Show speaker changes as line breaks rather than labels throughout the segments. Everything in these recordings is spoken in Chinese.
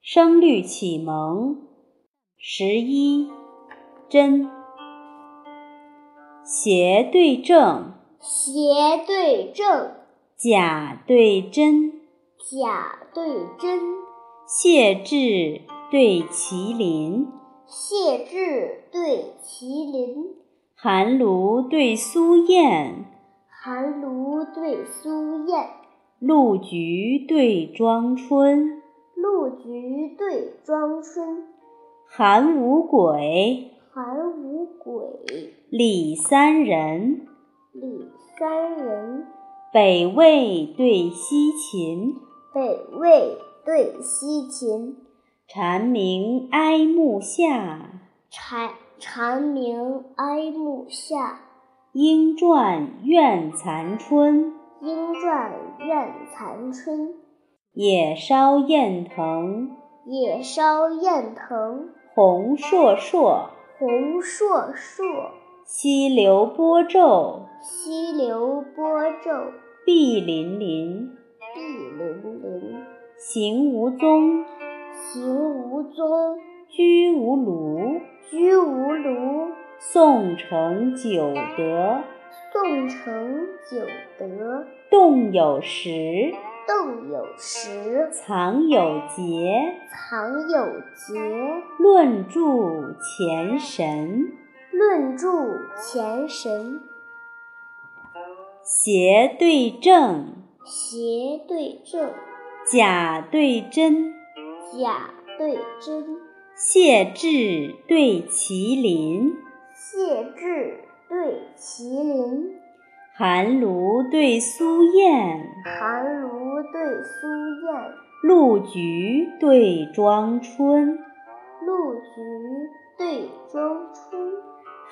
声律启蒙十一真邪对正，
邪对正，
假对真，
假对真，
谢稚对麒麟，
谢稚对麒麟，
寒炉对苏燕，
寒炉对苏燕，
露菊对妆春，
露菊对妆春，
寒五鬼，
寒五鬼，
李三人，
李三人，
北魏对西秦，
北魏对西秦，
蝉鸣哀暮下，
蝉蝉鸣哀暮下，
莺啭怨残春，
莺啭怨残春。
野烧雁藤，
野烧雁藤，
红烁烁，
红烁烁，
溪流波皱，
溪流波皱，
碧粼粼。
碧粼粼。
行无踪，
行无踪，
居无庐。
居无庐。
宋城九德，
宋城九德，
动有时，
动有时，
藏有节。
藏有节。
论著前神，
论著前神，
邪对正，
邪对正，
假对真，
假对真，
谢稚对麒麟，
谢稚对麒麟，
寒炉对苏燕，
寒炉对苏燕，
露菊对妆春，
露菊对妆春，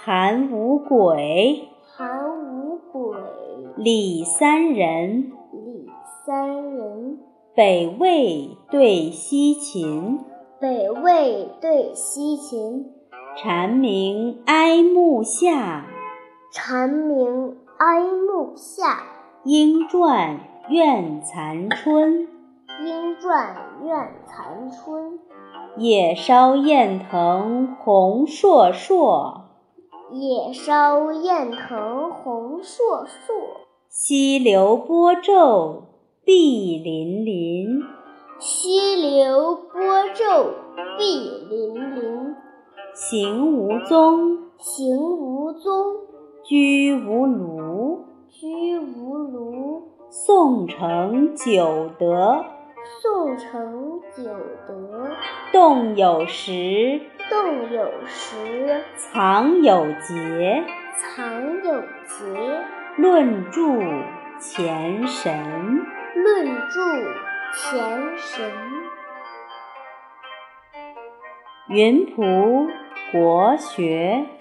寒五鬼，
寒五鬼，
李三人，
李三人，
北魏对西秦，
北魏对西秦，
蝉鸣哀暮下，
蝉鸣哀暮下，
莺啭怨残春。
莺啭怨残春，
野烧雁藤红烁烁，
野烧雁藤红烁烁。
溪流波皱碧粼粼。
溪流波皱碧粼粼，
行无踪，
行无踪，
居无庐。
居无庐。
宋城九德，
宋城九德，
动有时，
动有时，
藏有节。
藏有节。
论著前神。
论著前神。
云仆国学。